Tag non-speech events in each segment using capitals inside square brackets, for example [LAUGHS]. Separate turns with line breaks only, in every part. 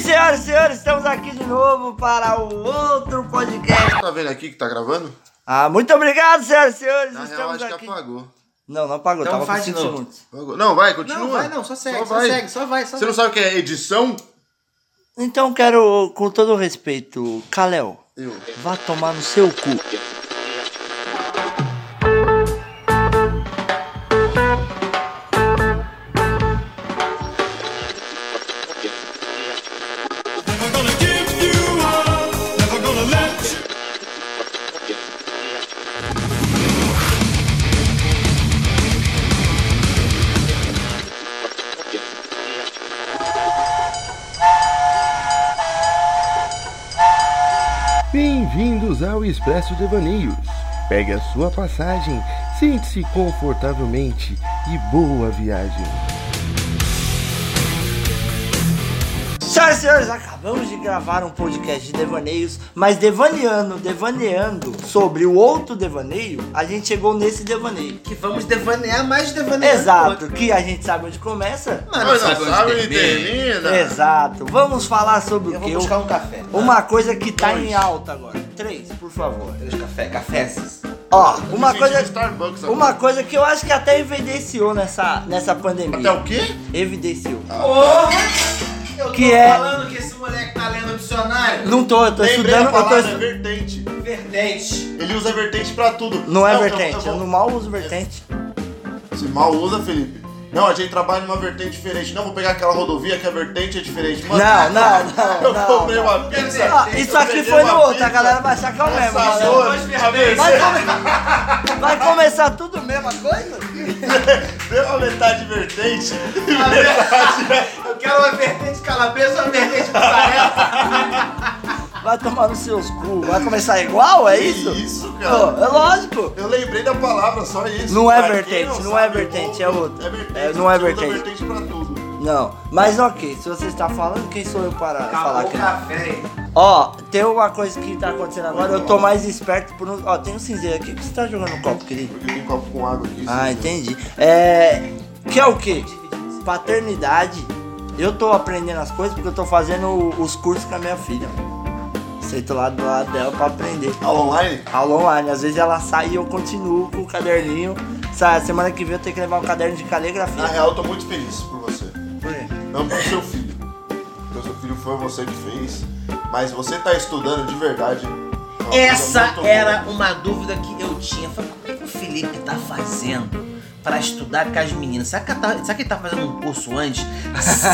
senhoras e senhores, estamos aqui de novo para o outro podcast.
Tá vendo aqui que tá gravando?
Ah, muito obrigado, senhoras e senhores.
Na real,
estamos
acho
aqui.
que apagou.
Não, não apagou,
é Então
tava
faz
com 5
de novo.
segundos.
Apagou. Não, vai, continua.
Não, vai não, só segue, só,
vai.
segue, só vai, só
Você não
vai.
sabe o que é edição?
Então quero, com todo o respeito, Kalel,
Eu.
vá tomar no seu cu.
Bem-vindos ao Expresso Devaneios. Pegue a sua passagem, sente-se confortavelmente e boa viagem.
Senhoras e senhores, acabamos de gravar um podcast de devaneios, mas devaneando, devaneando sobre o outro devaneio, a gente chegou nesse devaneio.
Que vamos devanear mais devanear.
Exato, que a gente sabe onde começa.
Mas
Mas
sabe
não
onde
sabe onde
termina.
termina?
É, Exato. Vamos falar sobre
Eu
o que?
vou buscar um café.
Uma coisa que tá
Dois.
em alta agora. Três, por favor.
Três café, cafés.
Ó, uma
Me senti no
coisa,
Starbucks agora.
uma coisa que eu acho que até evidenciou nessa, nessa pandemia.
Até o Ah. quê?
Evidenciou.
Eu tô
Que é-
falando que esse moleque tá lendo o dicionário.
Não tô, eu tô
Lembrei
estudando,
a
eu tô
palavra
estu-
é vertente.
Vertente.
Ele usa vertente pra tudo.
Não é
eu-
vertente, eu,
eu vou-
não mal uso vertente.
Se mal usa, Felipe. Não, a gente trabalha numa vertente diferente. Não, vou pegar aquela rodovia que a vertente é diferente. Mano,
Não, não, não,
[LAUGHS] Eu
não,
comprei
não.
uma pizza.
Ah,
eu
isso aqui
peguei
foi
uma
no outro,
pizza,
a galera vai achar que é o mesmo.
essa
né?
dor,
Dois vertentes.
Vai, come- vai começar tudo a mesma coisa?
[LAUGHS] Deu uma metade vertente.
Eu quero uma vertente calabresa, uma vertente [LAUGHS] mussarela.
Vai tomar nos seus cu, vai começar igual, é isso?
Isso, cara.
Pô, é lógico.
Eu lembrei da palavra, só isso.
Não é
Pra quem
vertente, não
sabe,
é vertente, é outra.
É vertente,
É, não é
você usa
vertente.
vertente pra tudo.
Não, mas ok, se você está falando, quem sou eu para falar
Acabou o
que não?
café.
Ó, tem uma coisa que tá acontecendo agora, eu tô mais esperto por um. Ó, tem um cinzeiro aqui. Por que você tá jogando um copo, querido?
Porque tem copo com água aqui.
Ah, entendi. É. Que é o quê? Paternidade. Eu tô aprendendo as coisas porque eu tô fazendo os cursos com a minha filha. Sento lá do lado dela pra aprender.
Aula online?
aula online. Às vezes ela sai e eu continuo com o caderninho. Sabe, semana que vem eu tenho que levar um caderno de
Na
caligrafia.
real, eu tô muito feliz por você.
Por quê?
Não pelo seu filho. Porque o seu filho foi você que fez. Mas você tá estudando de verdade. é uma coisa
Essa
muito boa.
era uma dúvida que eu tinha. Falei, o que, que o Felipe tá fazendo pra estudar com as meninas? Será que, ele tá- será que ele tá fazendo um
[LAUGHS]
curso antes?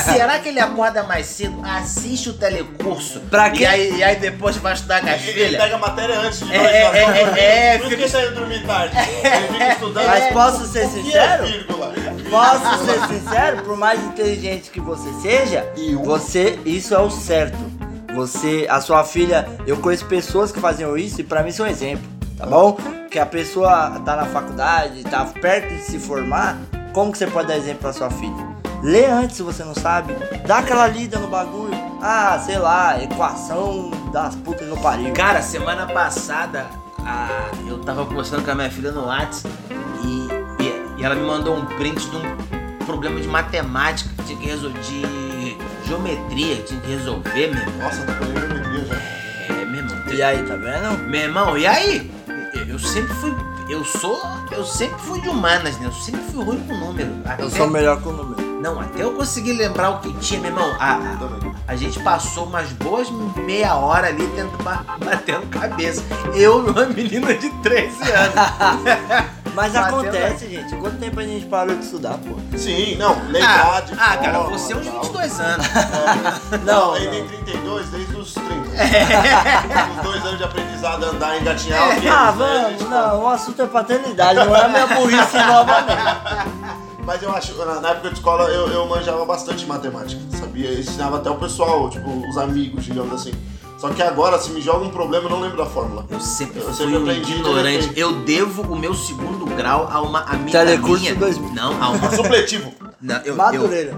será que ele acorda mais cedo, assiste o telecurso
Pra quê?
E, aí, e aí depois vai estudar com as
Ele ele
filhas?
pega a matéria antes de
É,
nós,
é,
né?
é, é, é,
Por isso que ele saiu dormir tarde. Ele fica estudando.
Mas posso ser
O que é
sincero?
vírgula?
Posso ser sincero? Por mais inteligente que você seja,
Eu?
você, isso é o certo. Você, a sua filha, eu conheço pessoas que faziam isso e pra mim isso é um exemplo, tá bom? Que a pessoa tá na faculdade, tá perto de se formar, como que você pode dar exemplo pra sua filha? Lê antes se você não sabe, dá aquela lida no bagulho. Ah, sei lá, equação das putas no pariu.
Cara, semana passada a- eu tava conversando com a minha filha no WhatsApp e, e- e ela me mandou um print de um programa de matemática que tinha que resolver. de geometria, que tinha que resolver, meu irmão.
Nossa, tá com alegria já.
É, meu irmão.
E aí, tá vendo?
Meu irmão, e aí? Eu- Eu sempre fui. Eu sou. Eu sempre fui de humanas, né? Eu sempre fui ruim com número. Até,
Eu sou melhor que o número.
Não, até eu conseguir lembrar o que tinha, meu irmão. A, a-
Também.
a gente passou umas boas meia hora ali tendo, ba- batendo cabeça. Eu [LAUGHS] e uma menina de 13
[LAUGHS] Ah,
anos.
Mas
Bateu,
acontece, gente. Quanto tempo a gente parou de estudar, pô?
Sim, não, lembrar de
ah, cara,
forma,
você é uns
tal.
22 anos.
Não,
Aí
não.
tem 32 desde os 30.
É.
Os dois anos de aprendizado, andar, engatinhar.
Ah,
ok, isso, né,
vamos,
gente?
não, o assunto é paternidade, não é a minha burrice novamente.
Mas eu acho, na, na época de escola eu, eu manjava bastante matemática, sabia? Eu ensinava até o pessoal, tipo, os amigos, digamos assim. Só que agora, se me joga um problema, eu não lembro da fórmula.
Eu sempre
Eu
fui
sempre
um
aprendi,
né?
ignorante.
aprendi.
Eu devo o meu segundo grau a uma amiga
Telecurso
minha.
2000. [LAUGHS]
Não, a uma
É Supletivo.
Não, eu, eu,
Madureira.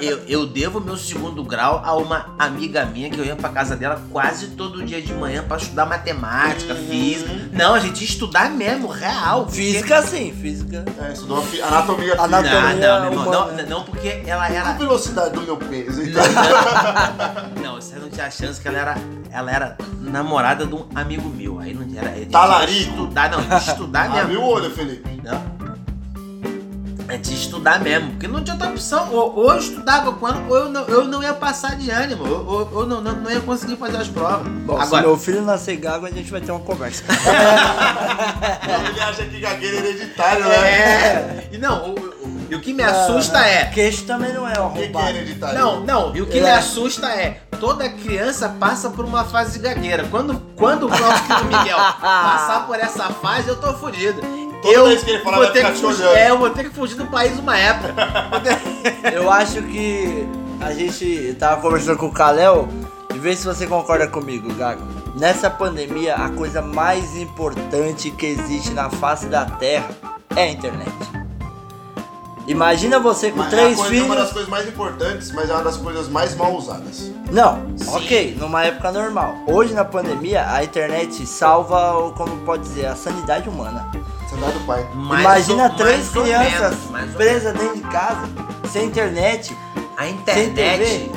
eu, eu devo meu segundo grau a uma amiga minha que eu ia pra casa dela quase todo dia de manhã pra estudar matemática, física. Não, a gente ia estudar mesmo, real. porque-
Física sim, física.
É, estudou a fi- anatomia física.
Não,
Anatomia.
não, meu irmão,
humana.
não, não, porque ela
A
era.
velocidade do meu peso. Então,
Não, você não tinha chance que ela era. Ela era namorada de um amigo meu. Aí não era. a gente ia
Talarico.
Estudar, não, a gente ia
[LAUGHS]
estudar mesmo.
abriu o olho, Felipe.
Não. Antes de estudar mesmo, porque não tinha outra opção. Ou, ou eu estudava quando, ou eu não, eu não ia passar de ânimo, ou, ou, ou não, não, não ia conseguir fazer as provas.
Bom, se
Agora,
meu filho nascer gago, a gente vai ter uma conversa.
Ele acha que gagueira é hereditário, né?
é. E não, o, o- e o que me assusta é.
Queixo Ah, também não é um
O que, que é
roubado.
hereditário?
Não, não, e o que me assusta é. Toda criança passa por uma fase de gagueira. Quando, quando o nosso filho Miguel passar por essa fase, eu tô fudido.
Toda
eu
vez que ele falar,
vou
vai
ter
ficar
que
te
fugir,
olhando.
é, eu vou ter que fugir do país uma época. Vou ter-
Eu acho que a gente tava conversando com o Kalel e vê se você concorda comigo, Gago. Nessa pandemia, a coisa mais importante que existe na face da Terra é a internet. Imagina você com
Mas é, uma
três
coisa- é uma das
filhos.
coisas mais importantes, mas é uma das coisas mais mal usadas.
Não, ok, numa época normal. Hoje na pandemia, a internet salva, ou como pode dizer, a sanidade humana.
Sandália é do pai.
Mais
Imagina
ou-
três
mais ou
crianças
menos, mais ou
presas dentro de casa, sem internet.
A
Sem
internet,
TV?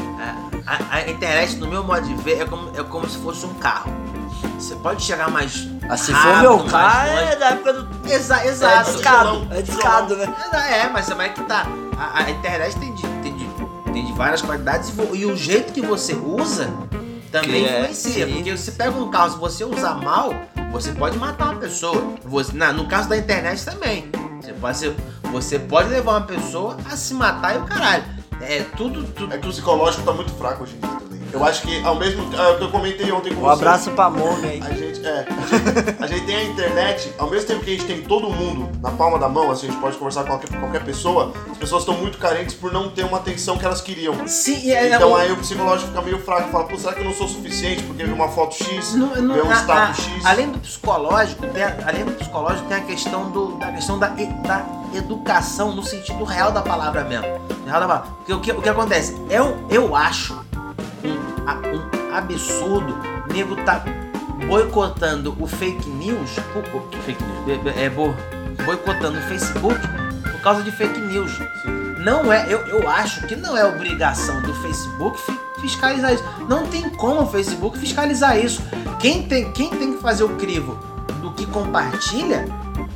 a, a- a internet, no meu modo de ver, é como, é como se fosse um carro. Você pode chegar mais.
Ah, se
rápido,
for meu
mais
carro,
longe.
é da época do.
Exa-
É
exato.
discado,
Tijolão,
é discado, né?
É, mas você vai que tá. A, a internet tem de, tem, de, tem de várias qualidades e, vo- e o jeito que você usa também
Que é,
influencia.
sim.
Porque você pega um carro, se você usar mal, você pode matar uma pessoa. Você, na- no caso da internet também. Você pode, ser- você pode levar uma pessoa a se matar e o caralho. É tudo. tudo
É que o psicológico tá muito fraco hoje em dia também. Eu acho que ao mesmo tempo. É o que eu comentei ontem com
Um
você.
abraço pra Mome aí.
A gente, é, a gente tem a internet, ao mesmo tempo que a gente tem todo mundo na palma da mão, assim, a gente pode conversar com qualquer, qualquer pessoa, as pessoas estão muito carentes por não ter uma atenção que elas queriam.
Sim, e é,
Então
o-
aí o psicológico fica meio fraco, fala, pô, será que eu não sou suficiente porque vi uma foto X,
Não- não-
vê um
a- a-
status X?
além do psicológico, tem a, além do psicológico tem a questão do da questão da, e- da educação no sentido real da palavra mesmo. No Real da palavra. Porque o que, o que acontece? Eu, eu acho um, a- um absurdo o nego tá boicotando o fake news, o, o que fake news Be- be- é bo- boicotando o Facebook por causa de fake news. Não é, eu, eu acho que não é obrigação do Facebook fi- fiscalizar isso. Não tem como o Facebook fiscalizar isso. Quem tem, quem tem que fazer o crivo do que compartilha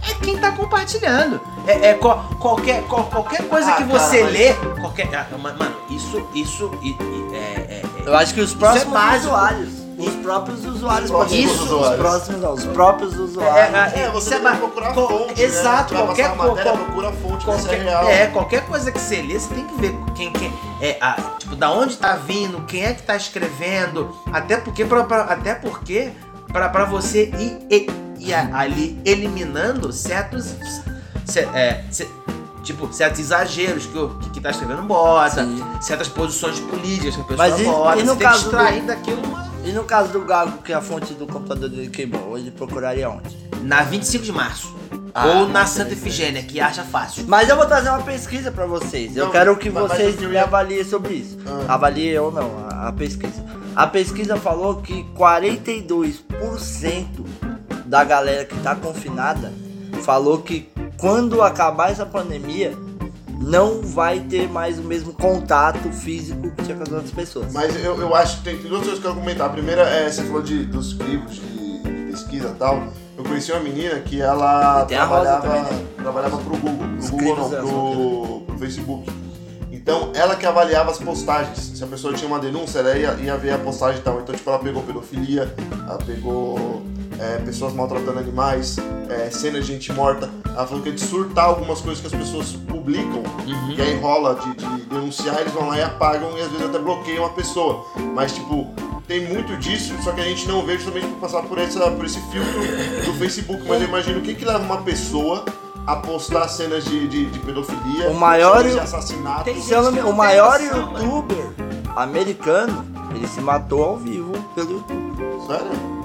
é quem tá compartilhando. É, é co- qualquer, co- qualquer coisa
Ah,
que você
cara, mas-
lê, qualquer. ah, ma- Mano, isso, isso e- e- é- é- é-
Eu acho que os
é
próximos
básico.
usuários. Os próprios usuários
Os próximos
podem- Os
usuários.
próximos não, os próprios usuários.
É,
É,
isso
você
é
vai
ba-
procurar a
co-
fonte,
exato,
né? Você vai
qualquer
passar a matéria,
co- co-
procura a fonte, qualquer, é
Qualquer,
real.
é, qualquer coisa que você lê, você tem que ver quem, quem é, a- tipo, da onde tá vindo, quem é que tá escrevendo, até porque pra, pra- até porque pra, pra você ir, e- ir a- ali eliminando certos ce- é, ce- tipo, certos exageros que, o que, que tá escrevendo bota,
Sim.
certas posições políticas que a pessoa
Mas e-
bota,
e no
você tem que
caso do-
extrair daquilo uma-
E no caso do Gago, que é a fonte do computador dele queimou, ele procuraria onde?
na 25 de março.
Ah,
ou na
interessante.
Santa Efigênia, que acha fácil.
Mas eu vou trazer uma pesquisa pra vocês. Eu
Não,
quero que
mas- mas
vocês
o Ah. que eu
me
ia-
avaliem sobre isso. Avaliem ou não, a, a pesquisa. A pesquisa falou que 42% da galera que tá confinada falou que quando acabar essa pandemia não vai ter mais o mesmo contato físico que tinha com as outras pessoas.
Mas eu, eu acho que tem duas coisas que eu quero comentar. A primeira é, você falou de, dos livros de, de pesquisa e tal. Eu conheci uma menina que ela
E tem a Rosa
trabalhava,
também, né?
trabalhava pro Google. Pro
Os
Google
clipes dela,
não, pro, pro Facebook. Então, ela que avaliava as postagens. Se a pessoa tinha uma denúncia, ela ia, ia ver a postagem e tal. Então, tipo, ela pegou pedofilia, ela pegou é, pessoas maltratando animais, é, cenas de gente morta. Ela falou que é de surtar algumas coisas que as pessoas publicam
Uhum.
e aí rola de, de denunciar, eles vão lá e apagam e às vezes até bloqueiam a pessoa. Mas, tipo, tem muito disso, só que a gente não vê justamente por passar por, essa, por esse filtro do Facebook. Mas eu imagino o que, que leva uma pessoa a postar cenas de, de, de pedofilia,
O maior-
cenas de assassinato.
Tem-
Se eu não me-
Não
o
tem
maior
noção, né?
youtuber americano, ele se matou ao vivo pelo YouTube.
Sério?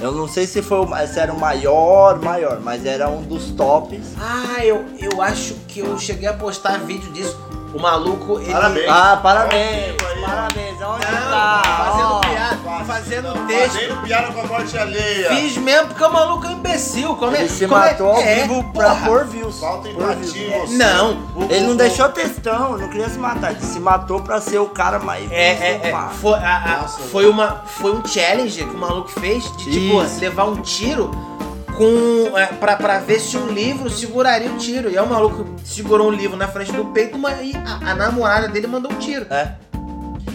Eu não sei se, foi, o- se era o maior, maior, mas era um dos tops.
Ah, eu, eu acho que eu cheguei a postar vídeo disso. O maluco, ele.
Parabéns.
Ah, parabéns!
Olha aí, ó.
Parabéns! Onde
Não,
tá?
fazendo
Ó.
piada, fazendo texto.
Fazendo piada com a morte alheia.
Fiz mesmo porque o maluco é um imbecil. Como é,
Ele se
como é-
matou ao
é,
vivo pra
porra.
pôr views.
Falta
Pôr views. É,
empatia em você.
Não, o-
Ele
o-
não
o-
deixou textão, não queria se matar. Ele se matou pra ser o cara mais
É,
visto
é,
do
é.
mar.
Foi, a- a-
Nossa.
foi uma, foi um challenge que o maluco fez, de, tipo,
Isso.
levar um tiro com, é, pra, pra ver se o livro seguraria o tiro. E aí o maluco segurou um livro na frente do peito uma- e a, a namorada dele mandou um tiro.
É.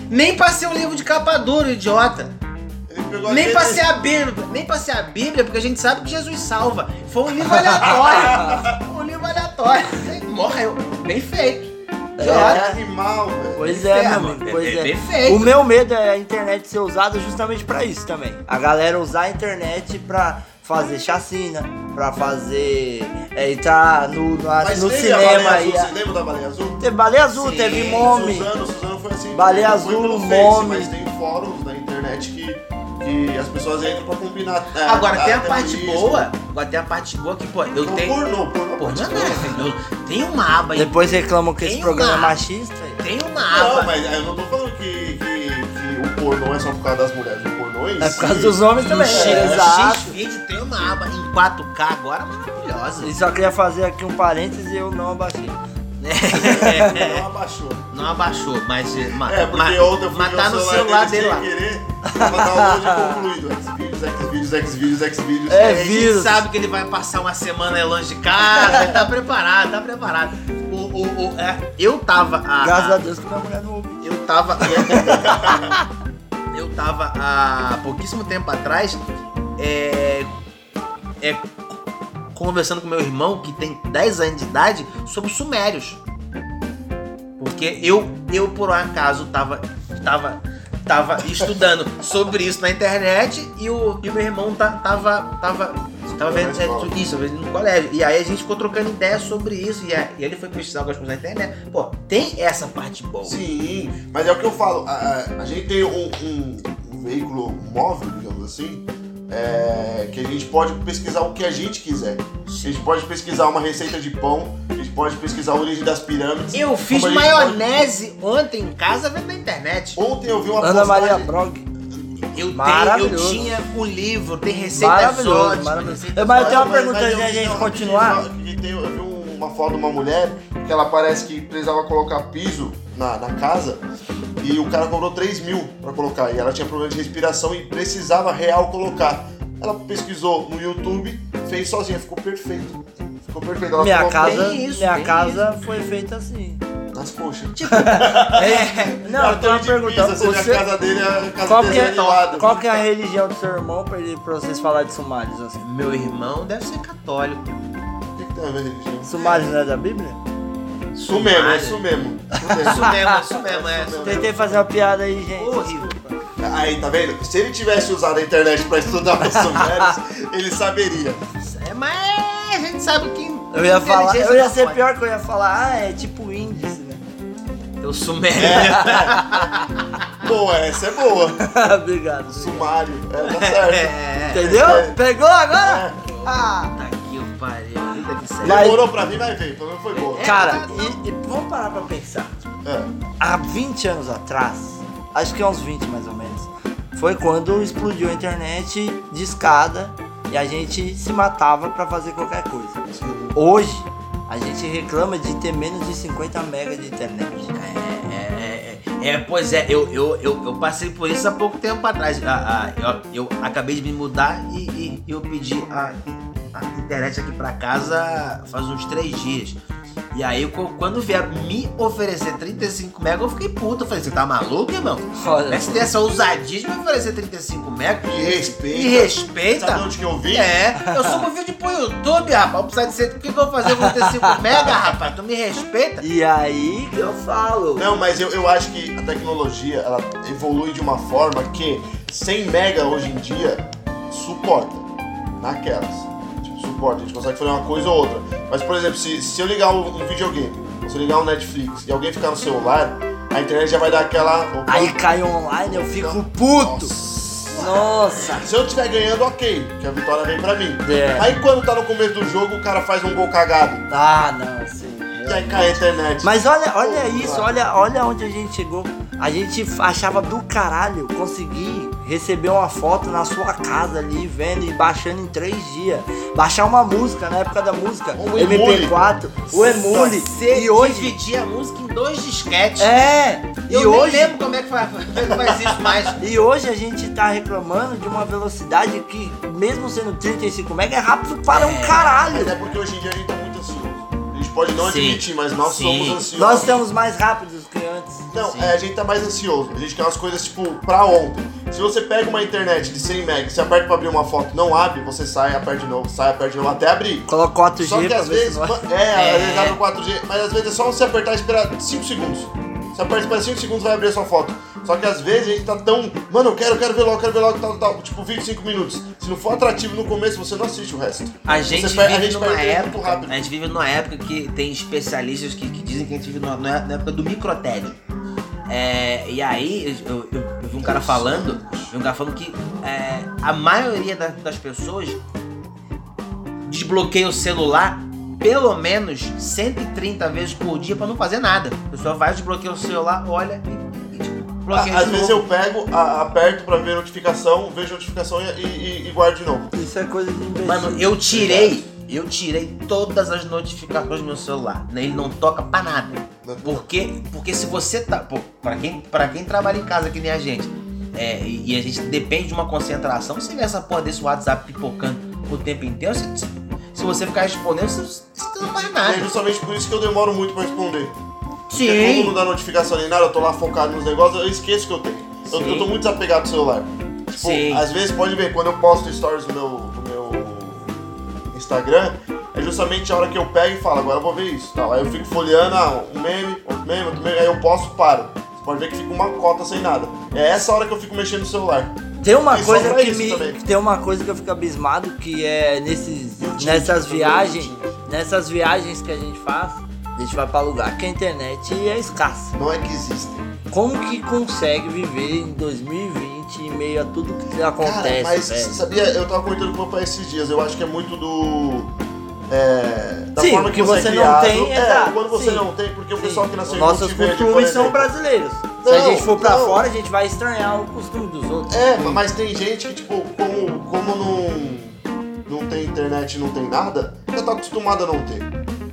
Nem pra ser um livro de capa dura, idiota.
Ele pegou
Nem
aquele-
pra ser a Bíblia, nem pra ser a Bíblia, porque a gente sabe que Jesus salva. Foi um livro aleatório. um livro aleatório. Morreu. Bem feito.
É,
Idiota.
animal, velho.
Pois é, meu
Inferno.
amigo,
É-
pois
é
é.
perfeito.
O meu medo é a internet ser usada justamente pra isso também. A galera usar a internet pra fazer chacina, pra fazer. é, entrar no, na-
Mas
no
teve a Baleia
cinema aí. é.
Azul, Você lembra da Baleia Azul?
Teve baleia azul,
Sim,
teve nome.
Suzano, Suzano foi assim.
Baleia
não foi
Azul,
pelo
nome.
Face, mas tem fóruns na internet que, que as pessoas entram pra combinar. é,
Agora tem a
até
parte
isso.
boa. Agora tem a parte boa que, pô, eu
Não,
tenho.
Pornô, pornô.
Pô, não é
pornô.
maravilhoso. Tem uma aba aí.
Depois reclamam que
Tem
esse programa é
uma-
machista.
Tem uma aba.
Não, mas é, eu não tô falando que, que, que o pornô é só por causa das mulheres. O pornô é
É por causa dos homens também.
X,
É, exato.
vídeo tem uma aba em 4K agora maravilhosa.
E só queria fazer aqui um parênteses eu não abaixei.
homens. Não
[LAUGHS]
abaixou.
Não abaixou, mas. eh,
É, porque ontem eu fui ver
matar
o
tá no celular dele
sem
lá.
querer, tava download concluído. Xvideos, Xvideos, Xvideos, Xvideos.
É,
a gente
vírus.
sabe que ele vai passar uma semana longe de casa, tá preparado, tá preparado. O, o, o- é, eu tava. A,
Graças a
a,
Deus que minha mulher não ouviu.
eu tava. [LAUGHS] eu tava há pouquíssimo tempo atrás. É, é, conversando com meu irmão, que tem 10 anos de idade, sobre os sumérios. Porque eu, eu por um acaso, tava, tava, tava estudando sobre isso na internet e o, e o meu irmão ta- tava, tava, tava vendo é, isso, vendo no colégio. E aí a gente ficou trocando ideias sobre isso e, a- e ele foi pesquisar algumas coisas na internet. Pô, tem essa parte boa.
Sim, mas é o que eu falo. A, a- a gente tem um, um- um veículo móvel, digamos assim, é, que a gente pode pesquisar o que a gente quiser. A gente pode pesquisar uma receita de pão, a gente pode pesquisar a origem das pirâmides.
Eu fiz
é
Como a gente
maionese ontem em casa vendo na internet.
Ontem eu vi uma
Ana Maria
postagem-
Brog.
Eu, tenho, eu
Maravilhoso.
tinha um livro, tem receitas
Maravilhoso,
ótimas.
maravilhoso. É,
receitas
Mas eu tenho uma
Mas-
pergunta
mas
antes
eu
da
vi-
gente
não,
continuar.
que tem- Eu vi um- uma foto de uma mulher que ela parece que precisava colocar piso na, na casa e o cara cobrou 3 mil pra colocar. E ela tinha problema de respiração e precisava real colocar. Ela pesquisou no YouTube, fez sozinha, ficou perfeito. Ficou perfeito. Ela
Minha
colocou
casa,
tem isso,
minha
tem
casa foi feita
[LAUGHS]
assim.
nas coxas.
É, Tipo, não, eu tenho uma pergunta.
assim,
Pisa, seja
Você,
a assim, casa dele é a casa
qual, que
dele
é,
animada.
qual que é a religião do seu irmão pra, ele, pra vocês falarem de sumários? Assim?
Meu irmão deve ser católico.
O que que tem a ver, religião?
Sumários não é da Bíblia?
Isso mesmo, é
[LAUGHS]
isso mesmo. Isso mesmo.
Isso mesmo, isso mesmo, é.
Isso mesmo.
Tentei fazer uma piada aí, gente.
Horrível.
Aí, tá vendo? Se ele tivesse usado a internet pra estudar os sumérios, ele saberia.
É, Mas a gente sabe que.
Eu ia falar,
inteligência
eu ia
não
ser
pode.
pior que eu ia falar, ah, é tipo índice, né? [LAUGHS]
Eu
É.
sumério.
Boa, essa é boa.
Obrigado. obrigado.
Sumário, é, tá certo.
[LAUGHS] É.
Entendeu?
É.
Pegou agora? Ah!
Puta que o pariu. Vida que segue.
Mas-
Demorou pra mim, mas veio. Pelo menos então foi boa.
É.
Cara, e- e vamos parar pra pensar.
É.
há 20 anos atrás, acho que é uns 20 mais ou menos, foi quando explodiu a internet de escada e a gente se matava pra fazer qualquer coisa. Hoje, a gente reclama de ter menos de 50 mega de internet.
É, é, é, pois é, eu, eu, eu, eu passei por isso há pouco tempo atrás. Ah, ah, eu, eu acabei de me mudar e, e- e eu pedi a, a internet aqui pra casa faz uns três dias. E aí, co- quando vieram me oferecer 35 mega, eu fiquei puto. Eu falei, você tá maluco, irmão?
Olha,
Você tem essa ousadia de me oferecer 35 mega?
Me respeita.
Me respeita?
Sabe onde que eu vi?
É, eu subo vídeo pro YouTube, rapaz. Eu precisar de ser. O que que eu vou fazer com 35 mega, rapaz? Tu me respeita?
e aí que eu falo.
Não, mas eu, eu acho que a tecnologia, ela evolui de uma forma que 100 mega hoje em dia suporta. Naquelas. Tipo, suporta. A gente consegue fazer uma coisa ou outra. Mas, por exemplo, se, se eu ligar um, um videogame, se eu ligar um Netflix e alguém ficar no celular, a internet já vai dar aquela... opa,
Aí cai online, eu fico puto.
Nossa.
Nossa!
Se eu estiver ganhando, ok, que a vitória vem pra mim.
É.
Aí quando tá no começo do jogo, o cara faz um gol cagado.
Ah, não, sim.
E aí cai a internet.
Mas olha, olha
Pô,
isso,
cara.
olha, olha onde a gente chegou. A gente achava do caralho conseguir receber uma foto na sua casa ali, vendo e baixando em três dias. Baixar uma música, na época da música,
O Emule.
MP4, o Emule.
Você
E hoje.
dividia a música em dois disquetes.
É,
Eu
e
nem
hoje.
lembro como é que faz, como é que faz isso mais.
E hoje a gente tá reclamando de uma velocidade que, mesmo sendo 35 mega, é rápido para um
Mas
caralho.
é porque hoje em dia a gente tá muito ansioso. A gente pode não
Sim.
admitir, mas nós
Sim.
somos ansiosos.
Nós estamos mais rápidos que antes.
Não, é, a gente tá mais ansioso. A gente quer umas coisas, tipo, pra ontem. Se você pega uma internet de 100 MB, você aperta pra abrir uma foto, não abre, você sai, aperta de novo, sai, aperta de novo, até abrir.
Coloca 4G
Só que
pra
às
ver
vezes,
se vai.
ma- é,
É.
às vezes abre o 4G, mas às vezes é só você apertar e esperar 5 segundos. Você aperta e espera 5 segundos vai abrir a sua foto. Só que às vezes a gente tá tão. Mano, eu quero, eu quero ver logo, eu quero ver logo, tal, tal. Tipo, 25 minutos. Se não for atrativo no começo, você não assiste o resto.
A gente
Você per-
vive
a gente
numa
perde tempo
época.
rápido.
A gente vive numa época que tem especialistas que, que dizem que a gente vive numa, na na época do microtédio. É, e aí eu, eu- eu vi um cara falando, vi um cara falando que é, a maioria da- das pessoas desbloqueia o celular pelo menos 130 vezes por dia pra não fazer nada. A pessoa vai, desbloqueia o celular, olha e, e desbloqueia
Ah,
de
Às vezes eu
novo.
pego, a- aperto pra ver notificação, vejo a notificação e, e, e guardo de novo.
Isso é coisa de imbecil.
Mano, eu tirei, eu tirei todas as notificações do meu celular. né? Ele não toca pra nada.
né?
Porque, porque se você tá. Pô, pra, quem, pra quem trabalha em casa que nem a gente, é, e e a gente depende de uma concentração, você vê essa porra desse WhatsApp pipocando o tempo inteiro, você- se, se você ficar respondendo, você, você não faz
E é
nada.
justamente por isso que eu demoro muito pra responder. Porque como
Sim.
não dá notificação nem nada, eu tô lá focado nos negócios, eu esqueço que eu tenho. Eu,
Sim.
eu tô muito desapegado do celular. Tipo,
Sim.
às vezes pode ver, quando eu posto stories no meu, no meu Instagram, é justamente a hora que eu pego e falo, agora eu vou ver isso. Tal. Aí eu fico folheando ah, um meme, outro meme, outro meme, aí eu posto e paro. Você pode ver que fica uma cota sem nada. É essa hora que eu fico mexendo no celular.
Tem uma
E só
coisa
pra
que
isso também.
me, tem uma coisa que eu fico abismado que é nesses,
Eu tinha
nessas
também,
viagens,
eu tinha.
nessas viagens que a gente faz, a gente vai pra lugar que a internet é escassa.
Não é que existem.
Como que consegue viver em 2020 em meio a tudo que acontece,
Cara, mas
velho?
sabia? Eu tava comentando com o meu pai esses dias. Eu acho que é muito do. É, da
Sim,
forma
que
que você,
você
é
não
criado.
tem,
é,
exato,
quando você
sim.
não tem, porque é o
Sim,
pessoal que nasceu em
Nossos
Monte Verde,
costumes
por
são
exemplo.
brasileiros. Se a
Não,
gente for pra
não.
fora, a gente vai estranhar o costume dos outros.
É, mas tem gente que, tipo, como, como não, não tem internet, não tem nada, já tá acostumada a não ter.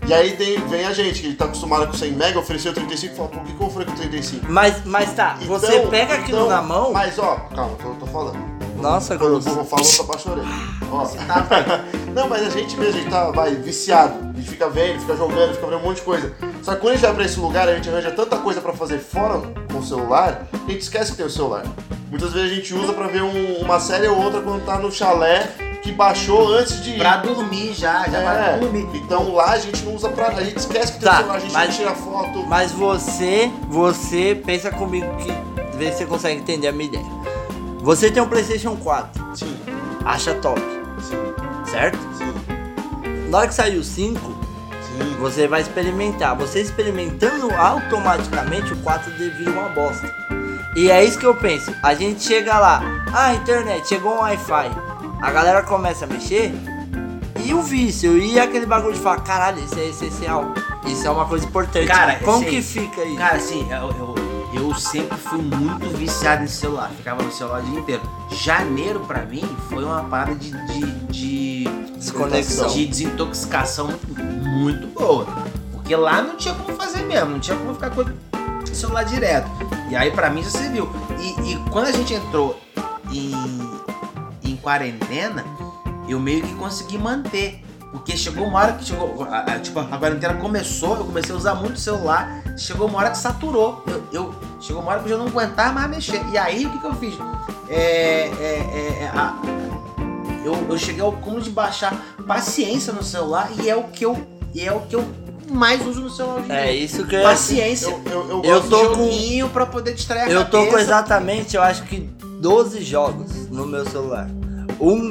E aí tem, vem a gente que tá acostumada com 100 mega, ofereceu 35, fala, por que, que eu ofereço 35?
Mas, mas tá,
Então,
você pega aquilo
então,
na mão,
Mas ó, calma, que eu tô falando.
nossa,
Quando o
grosso.
Google falou, eu abaixo a orelha. Ó. [LAUGHS] Não, mas a gente mesmo, a gente tá, vai, viciado. A gente fica vendo, fica jogando, fica vendo um monte de coisa. Só que quando a gente vai pra esse lugar, a gente arranja tanta coisa pra fazer fora com o celular, que a gente esquece que tem o celular. Muitas vezes a gente usa pra ver um- uma série ou outra quando tá no chalé que baixou antes de ir.
Pra dormir já, já vai
É,
dormir.
então lá a gente não usa pra. A gente esquece que tem
Tá,
o celular, a gente
mas-
não tira foto.
Mas você, você pensa comigo que vê se você consegue entender a minha ideia. Você tem um PlayStation 4,
Sim,
acha top,
sim,
certo?
sim,
Na hora que sair o 5,
sim.
você vai experimentar. Você experimentando automaticamente o 4 de- vira uma bosta. E é isso que eu penso. A gente chega lá, ah, internet, chegou um Wi-Fi. A galera começa a mexer e o vício, e aquele bagulho de falar, caralho, isso é essencial. Isso é uma coisa importante.
Cara,
como
sim.
que fica isso?
Cara, assim, eu, eu, eu sempre fui muito viciado em celular, ficava no celular o dia inteiro. Janeiro, pra mim, foi uma parada de, de, de
Desconexão.
de desintoxicação muito, muito boa. Porque lá não tinha como fazer mesmo, não tinha como ficar com o celular direto. E aí, pra mim, já serviu. E, e quando a gente entrou em, em quarentena, eu meio que consegui manter. Porque chegou uma hora que chegou. a- a- tipo, a quarentena começou, eu comecei a usar muito o celular. Chegou uma hora que saturou. Eu, eu- chegou uma hora que eu já não aguentava mais mexer. E aí o que, que eu fiz? É, é, é, é, a- eu, eu cheguei ao cúmulo de baixar paciência no celular e é o que eu, e é o que eu mais uso no celular hoje em
É
dia.
isso que eu ia
Paciência.
Eu, eu, eu
Eu
gosto
tô
de
com-
joguinho pra poder distrair a
Eu tô com
cabeça.
exatamente, eu acho que 12 jogos no meu celular.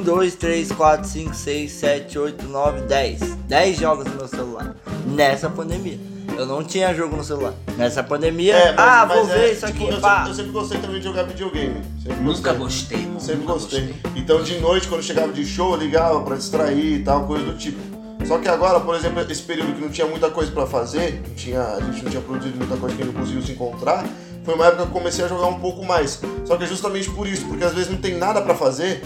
1, 2, 3, 4, 5, 6, 7, 8, 9, 10. 10 jogos no meu celular. Nessa pandemia. Eu não tinha jogo no celular. Nessa pandemia,
É, mas-
ah,
mas
vou
é,
ver isso
tipo,
aqui,
eu,
pá.
sempre, eu sempre gostei também de jogar videogame. Sempre
Nunca
gostei.
gostei, mano.
Sempre
nunca
gostei. Então de noite, quando eu chegava de show, eu ligava pra distrair e tal, coisa do tipo. Só que agora, por exemplo, esse período que não tinha muita coisa pra fazer, não tinha, a gente não tinha produzido muita coisa que não conseguiu se encontrar, foi uma época que eu comecei a jogar um pouco mais. Só que é justamente por isso, porque às vezes não tem nada pra fazer,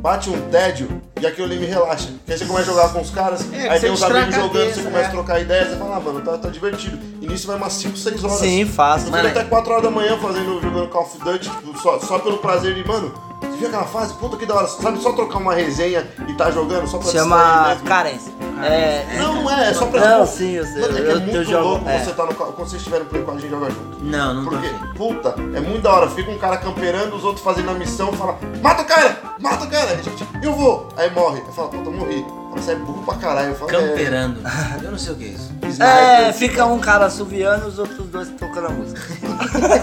bate um tédio e aquilo ali me relaxa. Porque aí você começa a jogar com os caras,
É,
aí
você
tem uns
distrai a
amigos jogando, você
cabeça,
começa
né?
a trocar ideias, você fala, ah, mano, tá, tá divertido. E nisso vai umas 5, 6 horas.
Sim, faço.
Eu
Mas-
fico até 4 horas da manhã fazendo, jogando Call of Duty, tipo, só, só pelo prazer de, mano, você viu aquela fase? Puta que da hora, sabe? Só trocar uma resenha e tá jogando, só pra distrair
Chama
mesmo.
carência. É,
Não, não Ah, é, é só pra...
Não,
tipo,
sim, eu sei,
mano, é que
eu-
é
eu
muito
jogo,
louco
é.
você tá no... Call- Quando vocês estiverem no Play 4, a gente joga junto.
Não, não tô
Porque,
afim.
puta, é muito da hora. Fica um cara camperando, os outros fazendo a missão, fala, mata o cara, mata o cara. Aí, gente, eu vou. Aí morre. Aí fala, puta, morri. Fala, Você é burro pra caralho. Eu falo, é,
Camperando. Eu não sei o que é isso.
é, fica um cara suviando os outros dois tocando a música.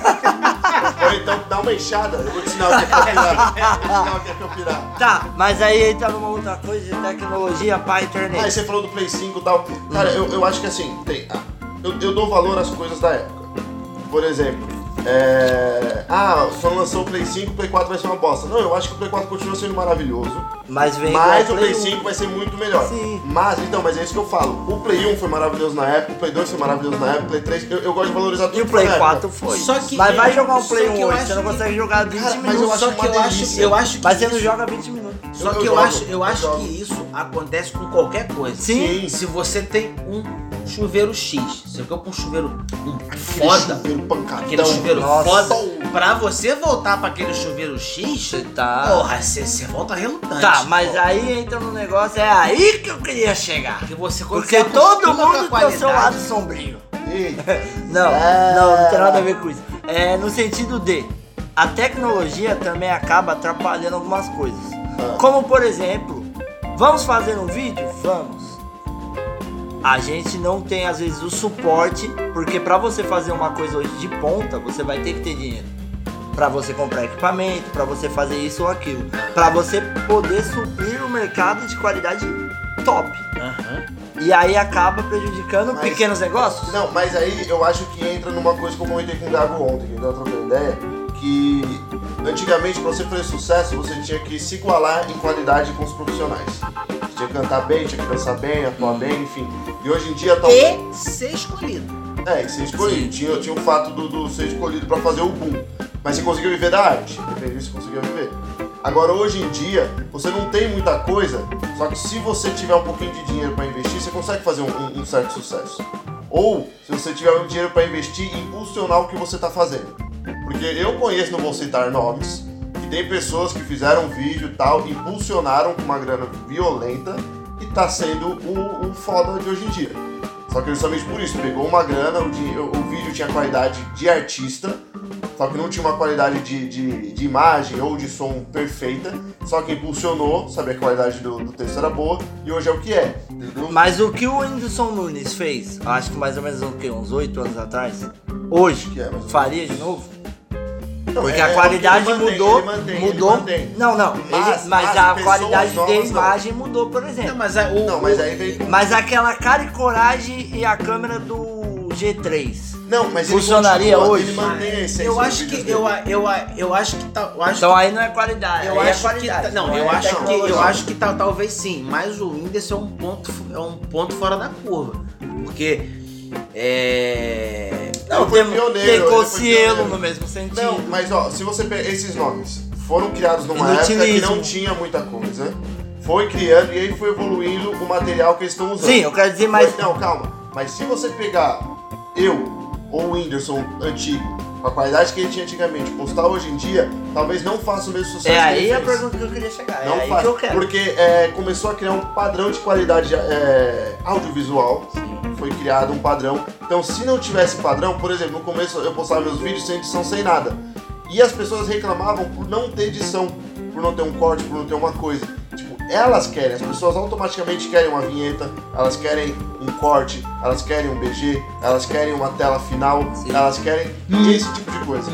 Ou então dá uma enxada, eu vou te ensinar o que
[LAUGHS]
é campirar. Eu vou te ensinar o que é campirar.
Tá, mas aí entra numa outra coisa de tecnologia, pá,
Aí
internet.
você falou do Play 5 e tal. Cara, eu, eu acho que assim, tem, ah, eu, eu dou valor às coisas da época. Por exemplo, é, ah, só lançou o Play 5, o Play 4 vai ser uma bosta. Não, eu acho que o Play 4 continua sendo maravilhoso.
Mas vem
Mas o
igual
Play
um.
5 vai ser muito melhor.
Sim.
Mas, então, mas é isso que eu falo. O Play 1 foi maravilhoso na época, o Play 2 foi maravilhoso na época, o Play 3. Eu, eu gosto de valorizar tudo.
E o
que
Play
foi na
4
época.
foi.
Só que- é,
mas vai jogar um
só
Play
que
1
eu
hoje,
acho
você não
que-
consegue jogar 20
Cara, mas
minutos.
eu
Só
acho
que
uma
eu acho,
delícia.
eu acho que
Mas é você não
isso-
joga 20 minutos.
Só
Eu-
que
eu
eu,
jogo,
acho, eu
eu
acho
jogo.
que isso acontece com qualquer coisa.
Sim.
Sim.
Se você tem um chuveiro X, você quer um chuveiro um
Aquele
foda,
chuveiro pancadão.
aquele chuveiro
Nossa.
foda, pra você voltar pra aquele chuveiro X,
Você tá-
porra, você você volta relutante.
Tá, mas aí entra no negócio, é aí que eu queria chegar.
Porque você quando
Porque
você
todo
acostuma com a
mundo tem o seu
qualidade-
lado sombrio.
Eita.
Não,
Ah.
não, não tem nada a ver com isso. É no sentido de a tecnologia também acaba atrapalhando algumas coisas.
Ah.
Como por exemplo, vamos fazer um vídeo? Vamos. A gente não tem às vezes o suporte, porque pra você fazer uma coisa hoje de ponta, você vai ter que ter dinheiro. Pra você comprar equipamento, pra você fazer isso ou aquilo, Pra você poder suprir o mercado de qualidade top.
Aham.
E aí acaba prejudicando
Mas-
pequenos negócios.
Não, mas aí eu acho que entra numa coisa que eu comentei com o Gago ontem, que eu tava trocando ideia, que antigamente pra você fazer sucesso, você tinha que se igualar em qualidade com os profissionais. Você tinha que cantar bem, tinha que dançar bem, atuar bem, enfim. E hoje em dia tá um...
E ser escolhido.
É, e ser escolhido. Tinha, tinha o fato do, do ser escolhido pra fazer o boom. Mas você conseguiu viver da arte. Depende se conseguiu viver. Agora, hoje em dia, você não tem muita coisa, só que se você tiver um pouquinho de dinheiro pra investir, você consegue fazer um, um- um certo sucesso. Ou, se você tiver um dinheiro pra investir, impulsionar o que você tá fazendo. Porque eu conheço, não vou citar nomes, que tem pessoas que fizeram vídeo e tal, impulsionaram com uma grana violenta e tá sendo o, o foda de hoje em dia. Só que justamente por isso, pegou uma grana, o, dinhe- o vídeo tinha qualidade de artista, só que não tinha uma qualidade de, de, de imagem ou de som perfeita, só que impulsionou, sabia que a qualidade do, do texto era boa, e hoje é o que é, entendeu?
Mas o que o Whindersson Nunes fez, acho que mais ou menos o quê? uns 8 anos atrás, hoje,
que é, mais ou menos.
faria de novo?
Não,
Porque
é- é o
a
que
qualidade
ele mantém,
mudou,
ele mantém, ele
mudou.
mantém.
Não, não, ele- mas,
Mas- mas
a
pessoas
qualidade da
novas, não.
imagem mudou, por
Não,
exemplo.
mas aí, o,
Não, mas aí vem com...
Mas aquela cara e coragem e a câmera do G3.
Não, mas ele
Funcionaria
continua,
hoje?
Ele mantém a essência
eu
dos
acho
vídeos
que
dele.
eu, a- eu, a- eu acho que tá, eu acho
Então aí não é qualidade,
Eu
aí é
acho que
qualidade.
tá- não,
é
eu acho que eu
tecnologia.
acho que tá, talvez sim, mas o Whindersson é um ponto é um ponto fora da curva, porque é
Ele
Não,
foi
tem,
pioneiro,
tem
ele foi
Cossielo
pioneiro.
no mesmo sentido.
Não, mas ó, se você pega esses nomes, foram criados numa época que
Inutilismo.
não tinha muita coisa, foi criando e aí foi evoluindo o material que eles estão usando.
Sim, eu quero dizer mais.
Foi- Não, calma. Mas se você pegar eu ou o Whindersson antigo, com a qualidade que ele tinha antigamente, postar hoje em dia, talvez não faça o mesmo sucesso
É
que
aí
ele
a
fez.
pergunta que eu queria chegar.
Não
é aí
faz,
que eu quero.
porque é, começou a criar um padrão de qualidade é, audiovisual. Foi criado um padrão. Então, se não tivesse padrão, por exemplo, no começo eu postava meus vídeos sem edição, sem nada. E as pessoas reclamavam por não ter edição, por não ter um corte, por não ter uma coisa. Tipo, elas querem, as pessoas automaticamente querem uma vinheta, elas querem um corte, elas querem um BG, elas querem uma tela final,
Sim.
elas querem esse tipo de coisa.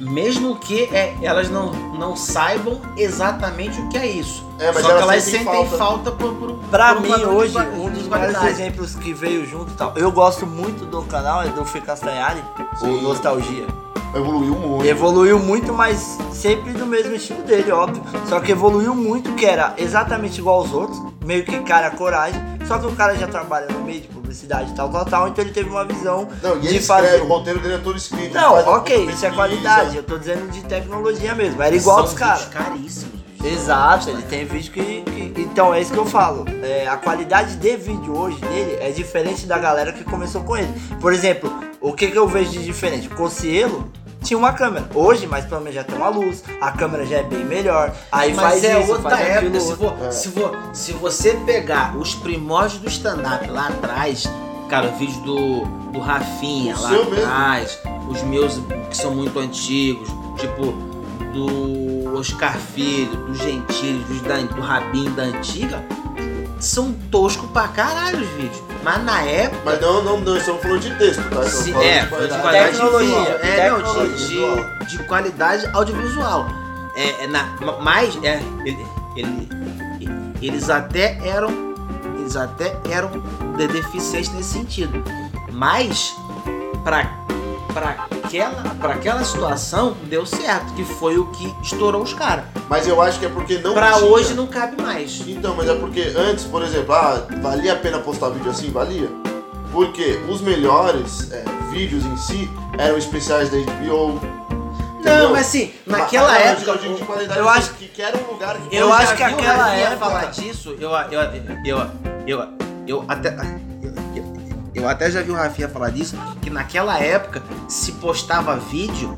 mesmo que é, elas não, não saibam exatamente o que é isso.
É, mas
Só que
elas
elas
sentem
sentem
falta.
falta, por, por,
Pra
por
mim,
valor de
hoje,
qua-
um dos
de
maiores
qualidade.
exemplos que veio junto e tal. Eu gosto muito do canal, é do Fê Castanhari, o
Sim.
Nostalgia.
Evoluiu muito.
Evoluiu muito, mas sempre do mesmo estilo dele, óbvio. Só que evoluiu muito, que era exatamente igual aos outros, meio que cara coragem. Só que o cara já trabalha no meio de publicidade e tal, tal, tal, então ele teve uma visão
Não, e
de
ele
fazer.
escreve, o roteiro dele é todo escrito.
Não,
faz a
ok, isso
pesquisa.
é qualidade. Eu tô dizendo de tecnologia mesmo. Era igual
São
dos caras.
vídeos caríssimos. gente.
Exato, ele tem vídeo que, que- Então é isso que eu falo. É, a qualidade de vídeo hoje dele é diferente da galera que começou com ele. Por exemplo, o que, que eu vejo de diferente? Cossielo tinha uma câmera. Hoje, mas pelo menos já tem uma luz, a câmera já é bem melhor. Aí
Mas
faz
é
isso,
outra
faz
época.
aquilo.
Se, vo-
É.
se, vo- se você pegar os primórdios do stand-up lá atrás, cara, o vídeo do, do Rafinha
O
lá
seu mesmo.
atrás, os meus que são muito antigos, tipo do Oscar Filho, do Gentili, dos da- do Rabinho da Antiga, são toscos pra caralho os vídeos. Mas na época.
Mas não, não, não, estamos falando de texto, tá? Estamos
Se,
falando
é,
de
foi de
qualidade.
qualidade
Tecnologia,
visual. É, não, de-
tecnologia.
de, de qualidade audiovisual. É, é na, ma- mas, é, ele- ele- eles até eram, eles até eram de- deficientes nesse sentido. Mas, pra, pra, aquela, pra aquela situação, deu certo, que foi o que estourou os caras.
Mas eu acho que é porque não
Pra
tinha.
hoje não cabe mais.
Então, mas é porque antes, por exemplo, ah, valia a pena postar vídeo assim? Valia. Porque os melhores é, vídeos em si eram especiais da HBO. entendeu?
Não, mas assim, naquela
Mas, ah,
época.
hoje- hoje de qualidade,
eu acho-
que quer um lugar que
Eu
já
acho que
vi o
aquela
Rafinha
época-
falar disso, eu eu eu eu eu, eu até eu, eu até já vi o Rafinha falar disso que naquela época se postava vídeo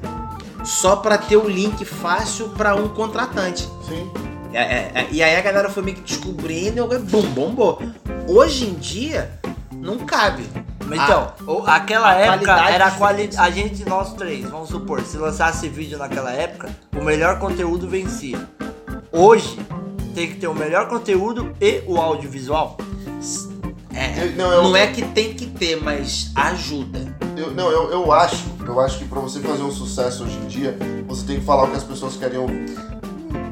só pra ter o link fácil pra um contratante.
Sim.
É, é, é, E aí a galera foi meio que descobrindo e eu- bum, bombou. Hoje em dia não cabe.
Então, o- aquela
Ah. a
época
qualidade
era a
dos
quali-
vídeos.
A gente, nós três, vamos supor, se lançasse vídeo naquela época, o melhor conteúdo vencia. Hoje, tem que ter o melhor conteúdo e o audiovisual.
É,
Eu- não, eu-
não é que tem que ter, mas ajuda.
Eu, não, eu, eu acho, eu acho que pra você fazer um sucesso hoje em dia, você tem que falar o que as pessoas querem ouvir.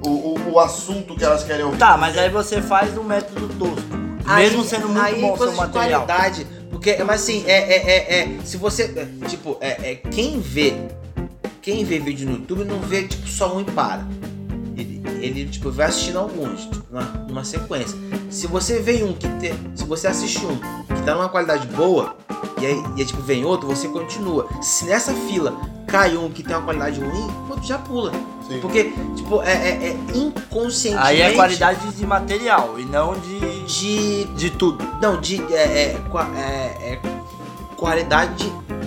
O, o, o assunto que elas querem ouvir.
Tá, mas aí você faz um método tosco. mesmo
Aí-
sendo muito
aí
bom o seu
coisa de
material.
qualidade, porque, mas assim, é, é, é, é, se você, é, tipo, é, é, quem vê, quem vê vídeo no YouTube não vê, tipo, só um e para. Ele, ele tipo, vai assistindo alguns, tipo, numa, numa sequência. Se você vê um que te, se você assiste um que tá numa qualidade boa, e aí, e aí, tipo, vem outro, você continua. Se nessa fila cai um que tem uma qualidade ruim, o outro já pula.
Sim.
Porque, tipo, é, é, é inconscientemente...
Aí é qualidade de material e não de,
de
de tudo.
não, de. É, é, qua- é, é qualidade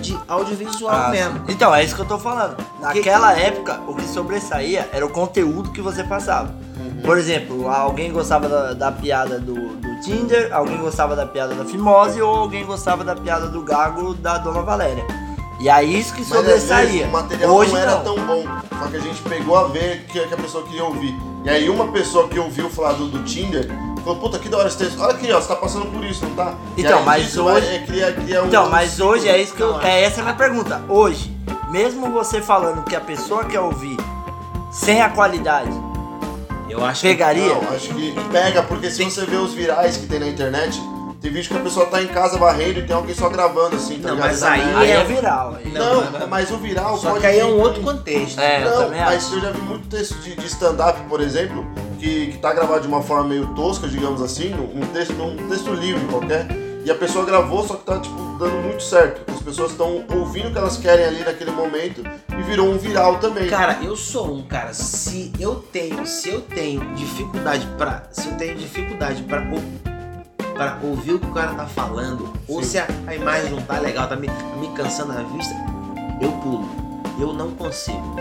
de, de audiovisual
Ah,
mesmo.
Então, é isso que eu tô falando. Naquela época, o que sobressaía era o conteúdo que você passava. Por exemplo, alguém gostava da, da piada do, do Tinder, alguém gostava da piada da Fimose ou alguém gostava da piada do Gago da Dona Valéria. E aí isso que
Mas às
sobressaía.
vezes, o material
Hoje
não era
não.
tão bom. Só que a gente pegou a ver o que, que a pessoa queria ouvir. E aí uma pessoa que ouviu falar do, do Tinder falou, puta, que da hora esse texto. Olha aqui, ó, você tá passando por isso, não tá? E
Então,
aí
mas
isso
hoje-
vai- é, cria- cria um-
Então, mas
um
hoje
ciclo.
é isso que eu, é essa é a minha pergunta. Hoje, mesmo você falando que a pessoa quer ouvir sem a qualidade,
Eu acho
pegaria?
Não, acho que pega, porque se você vê os virais que tem na internet, tem vídeo que a pessoa tá em casa varrendo e tem alguém só gravando assim, tá
Não,
ligado?
mas
Tá
aí
vendo?
aí é né?
é-
viral. aí.
Não,
Não,
mas o viral
que. Só
pode
que aí é
vir
um outro
em-
contexto.
É, eu
Não,
também acho.
mas eu já vi muito texto de, de stand-up, por exemplo, que, que tá gravado de uma forma meio tosca, digamos assim, um texto, um texto livre qualquer, e a pessoa gravou, só que tá, tipo, dando muito certo. As pessoas estão ouvindo o que elas querem ali naquele momento e virou um viral também.
Cara, eu sou um cara. Se eu tenho, se eu tenho dificuldade pra, se eu tenho dificuldade pra, ou- pra ouvir o que o cara tá falando, ou
Sim.
se a, a imagem não tá legal, tá me, tá me cansando a vista, eu pulo. Eu não consigo.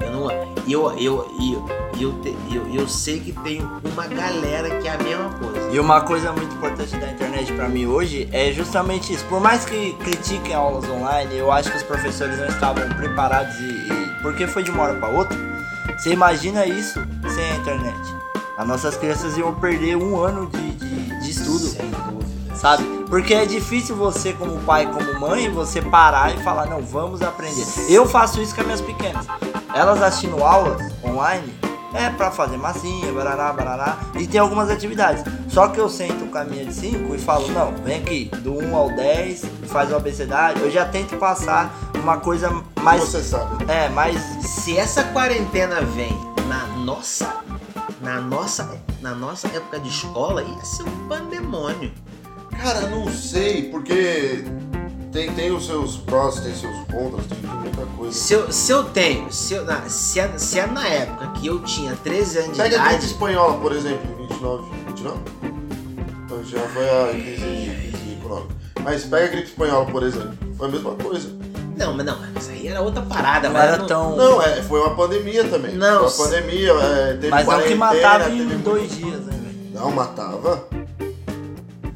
Eu não, eu, eu, eu, eu, te- eu, eu sei que tem uma galera que é a mesma coisa.
E uma coisa muito importante da internet pra mim hoje é justamente isso. Por mais que critiquem aulas online, eu acho que os professores não estavam preparados e, e- porque foi de uma hora pra outra. Você imagina isso sem a internet? As nossas crianças iam perder um ano de, de, de estudo.
Sem dúvida.
sabe? Porque é difícil você, como pai, como mãe, você parar e falar, não, vamos aprender. Eu faço isso com as minhas pequenas. Elas assistindo aulas online é pra fazer massinha, barará, barará, e tem algumas atividades. Só que eu sento com a minha de 5 e falo, não, vem aqui, do 1 ao 10, faz o abecedário. Eu já tento passar uma coisa mais.
Você sabe.
É, mais.
Se essa quarentena vem na nossa. Na nossa. Na nossa época de escola, ia ser um pandemônio.
Cara, não sei, porque tem, tem os seus prós, tem seus contras, tem muita coisa.
Se eu, se eu tenho, se, eu, na- se, é, se é na época que eu tinha 13 anos de
Pega a gripe
idade,
espanhola, por exemplo, em 29. 29? Então já foi a crise, crise econômica. Mas pega a gripe espanhola, por exemplo. Foi a mesma coisa.
não, mas não, isso aí era outra parada,
Não
mas
era
não-
tão.
Não, é, foi uma pandemia também. Foi
Não,
uma
se-
pandemia, é, teve
mas é o que
quarentena,
matava
teve...
em dois dias, né, velho?
Não, matava.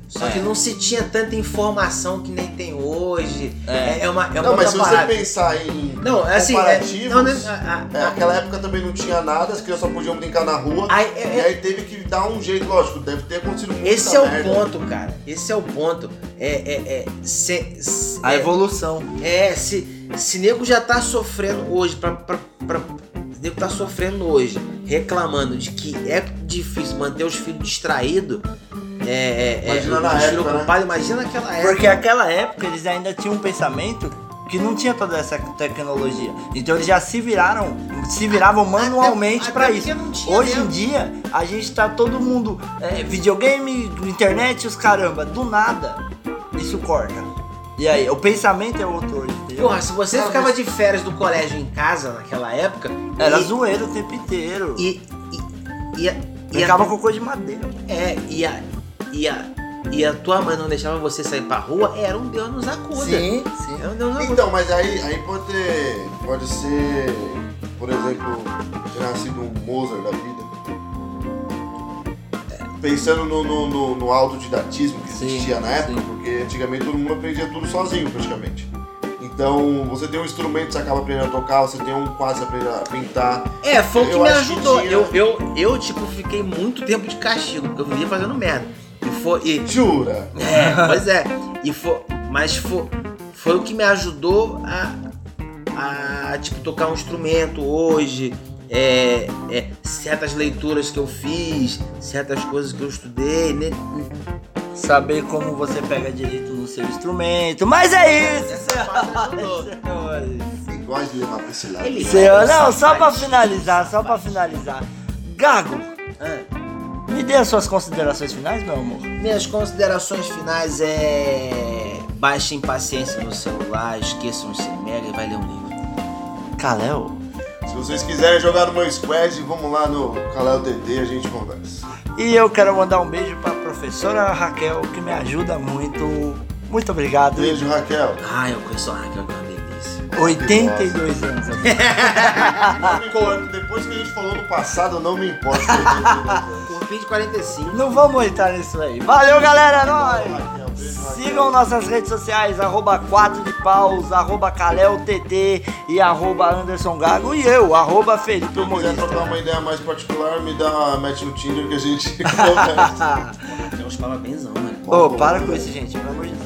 Só que
É.
não se tinha tanta informação que nem tem hoje.
É.
É, é uma, é uma
não, mas
outra
se você
parada.
pensar em
Não, é assim. É,
comparativos,
não, né, a- a-
É, aquela época também não tinha nada, as crianças só podiam brincar na rua.
Aí,
e
é- é-
aí teve que dar um jeito, lógico, deve ter acontecido muita
esse é o
merda.
ponto, cara. Esse é o ponto. É, é, é, se- se-
A
é-
evolução.
É, se, se nego já tá sofrendo hoje, pra, pra, pra, se nego tá sofrendo hoje, reclamando de que é difícil manter os filhos distraídos. É, é,
Imagina
é,
na
os filhos
época, né?
ocupados, Imagina aquela época.
É, Porque aquela época eles ainda tinham um pensamento que não tinha toda essa tecnologia. Então eles já se viraram, se viravam manualmente
Até-
pra
até
isso.
porque não tinha
Hoje em
mesmo.
dia, a gente tá todo mundo é, videogame, internet, os caramba, do nada isso corta. E aí, o pensamento é outro hoje, entendeu?
Porra, se você
Não,
ficava
mas-
de férias do colégio em casa naquela época.
É, Era
e,
zoeira o tempo inteiro.
e, e, e, a- e, a,
Brincava com coisa de madeira.
é, e, a, e, a, e a tua mãe não deixava você sair pra rua, era um Deus nos acuda.
sim.
Era um Deus nos acuda.
Então, mas aí, aí pode ter. Pode ser, por exemplo, ter nascido um Mozart da vida. É, Pensando no, no, no, no autodidatismo que
Sim,
existia na época,
sim.
porque antigamente todo mundo aprendia tudo sozinho praticamente. Então, você tem um instrumento, você acaba aprendendo a tocar, você tem um quase aprende a pintar.
É, foi o que
Eu
me
acho que
ajudou.
tinha-
Eu, eu, eu, tipo, fiquei muito tempo de castigo, porque eu vivia fazendo merda. E foi. E,
Jura?
é, pois é. E foi, mas foi, foi o que me ajudou a, a tipo, tocar um instrumento hoje. é, é, certas leituras que eu fiz, certas coisas que eu estudei. Né?
Saber como você pega direito no seu instrumento. Mas é isso,
Essa parte ajudou.
senhores.
Ele gosta de levar pra esse lado.
Ele-
Senhor, não, só
Safadinho,
pra finalizar, só pra finalizar. Gago,
Ah,
me dê as suas considerações finais, meu amor.
minhas considerações finais é. Baixa impaciência no celular, esqueçam o mega e vai ler um livro.
Kalel,
Se vocês quiserem jogar no meu squad, vamos lá no canal DD, a gente conversa.
e eu quero mandar um beijo pra professora Raquel, que me ajuda muito. Muito obrigado.
Beijo, Raquel.
Ah, eu conheço a Raquel, que é uma delícia.
82 anos. [LAUGHS] agora.
Não me importo, Depois que a gente falou no passado, eu não me importo. Beijo,
Por fim de 45.
Não vamos entrar nisso aí. Valeu, galera, nós!
Raquel. Beijo, Raquel.
Sigam nossas redes sociais, arroba 4 de paus, arroba KalelTT e arroba Anderson Gago e eu, arroba Felipe
Se quiser
Humorista. [LAUGHS]
trocar uma ideia mais particular, me dá match no Tinder que a gente [LAUGHS] conversa.
Raquel chupava benzão, né? mano.
Ô, para com isso, gente, pelo amor de Deus.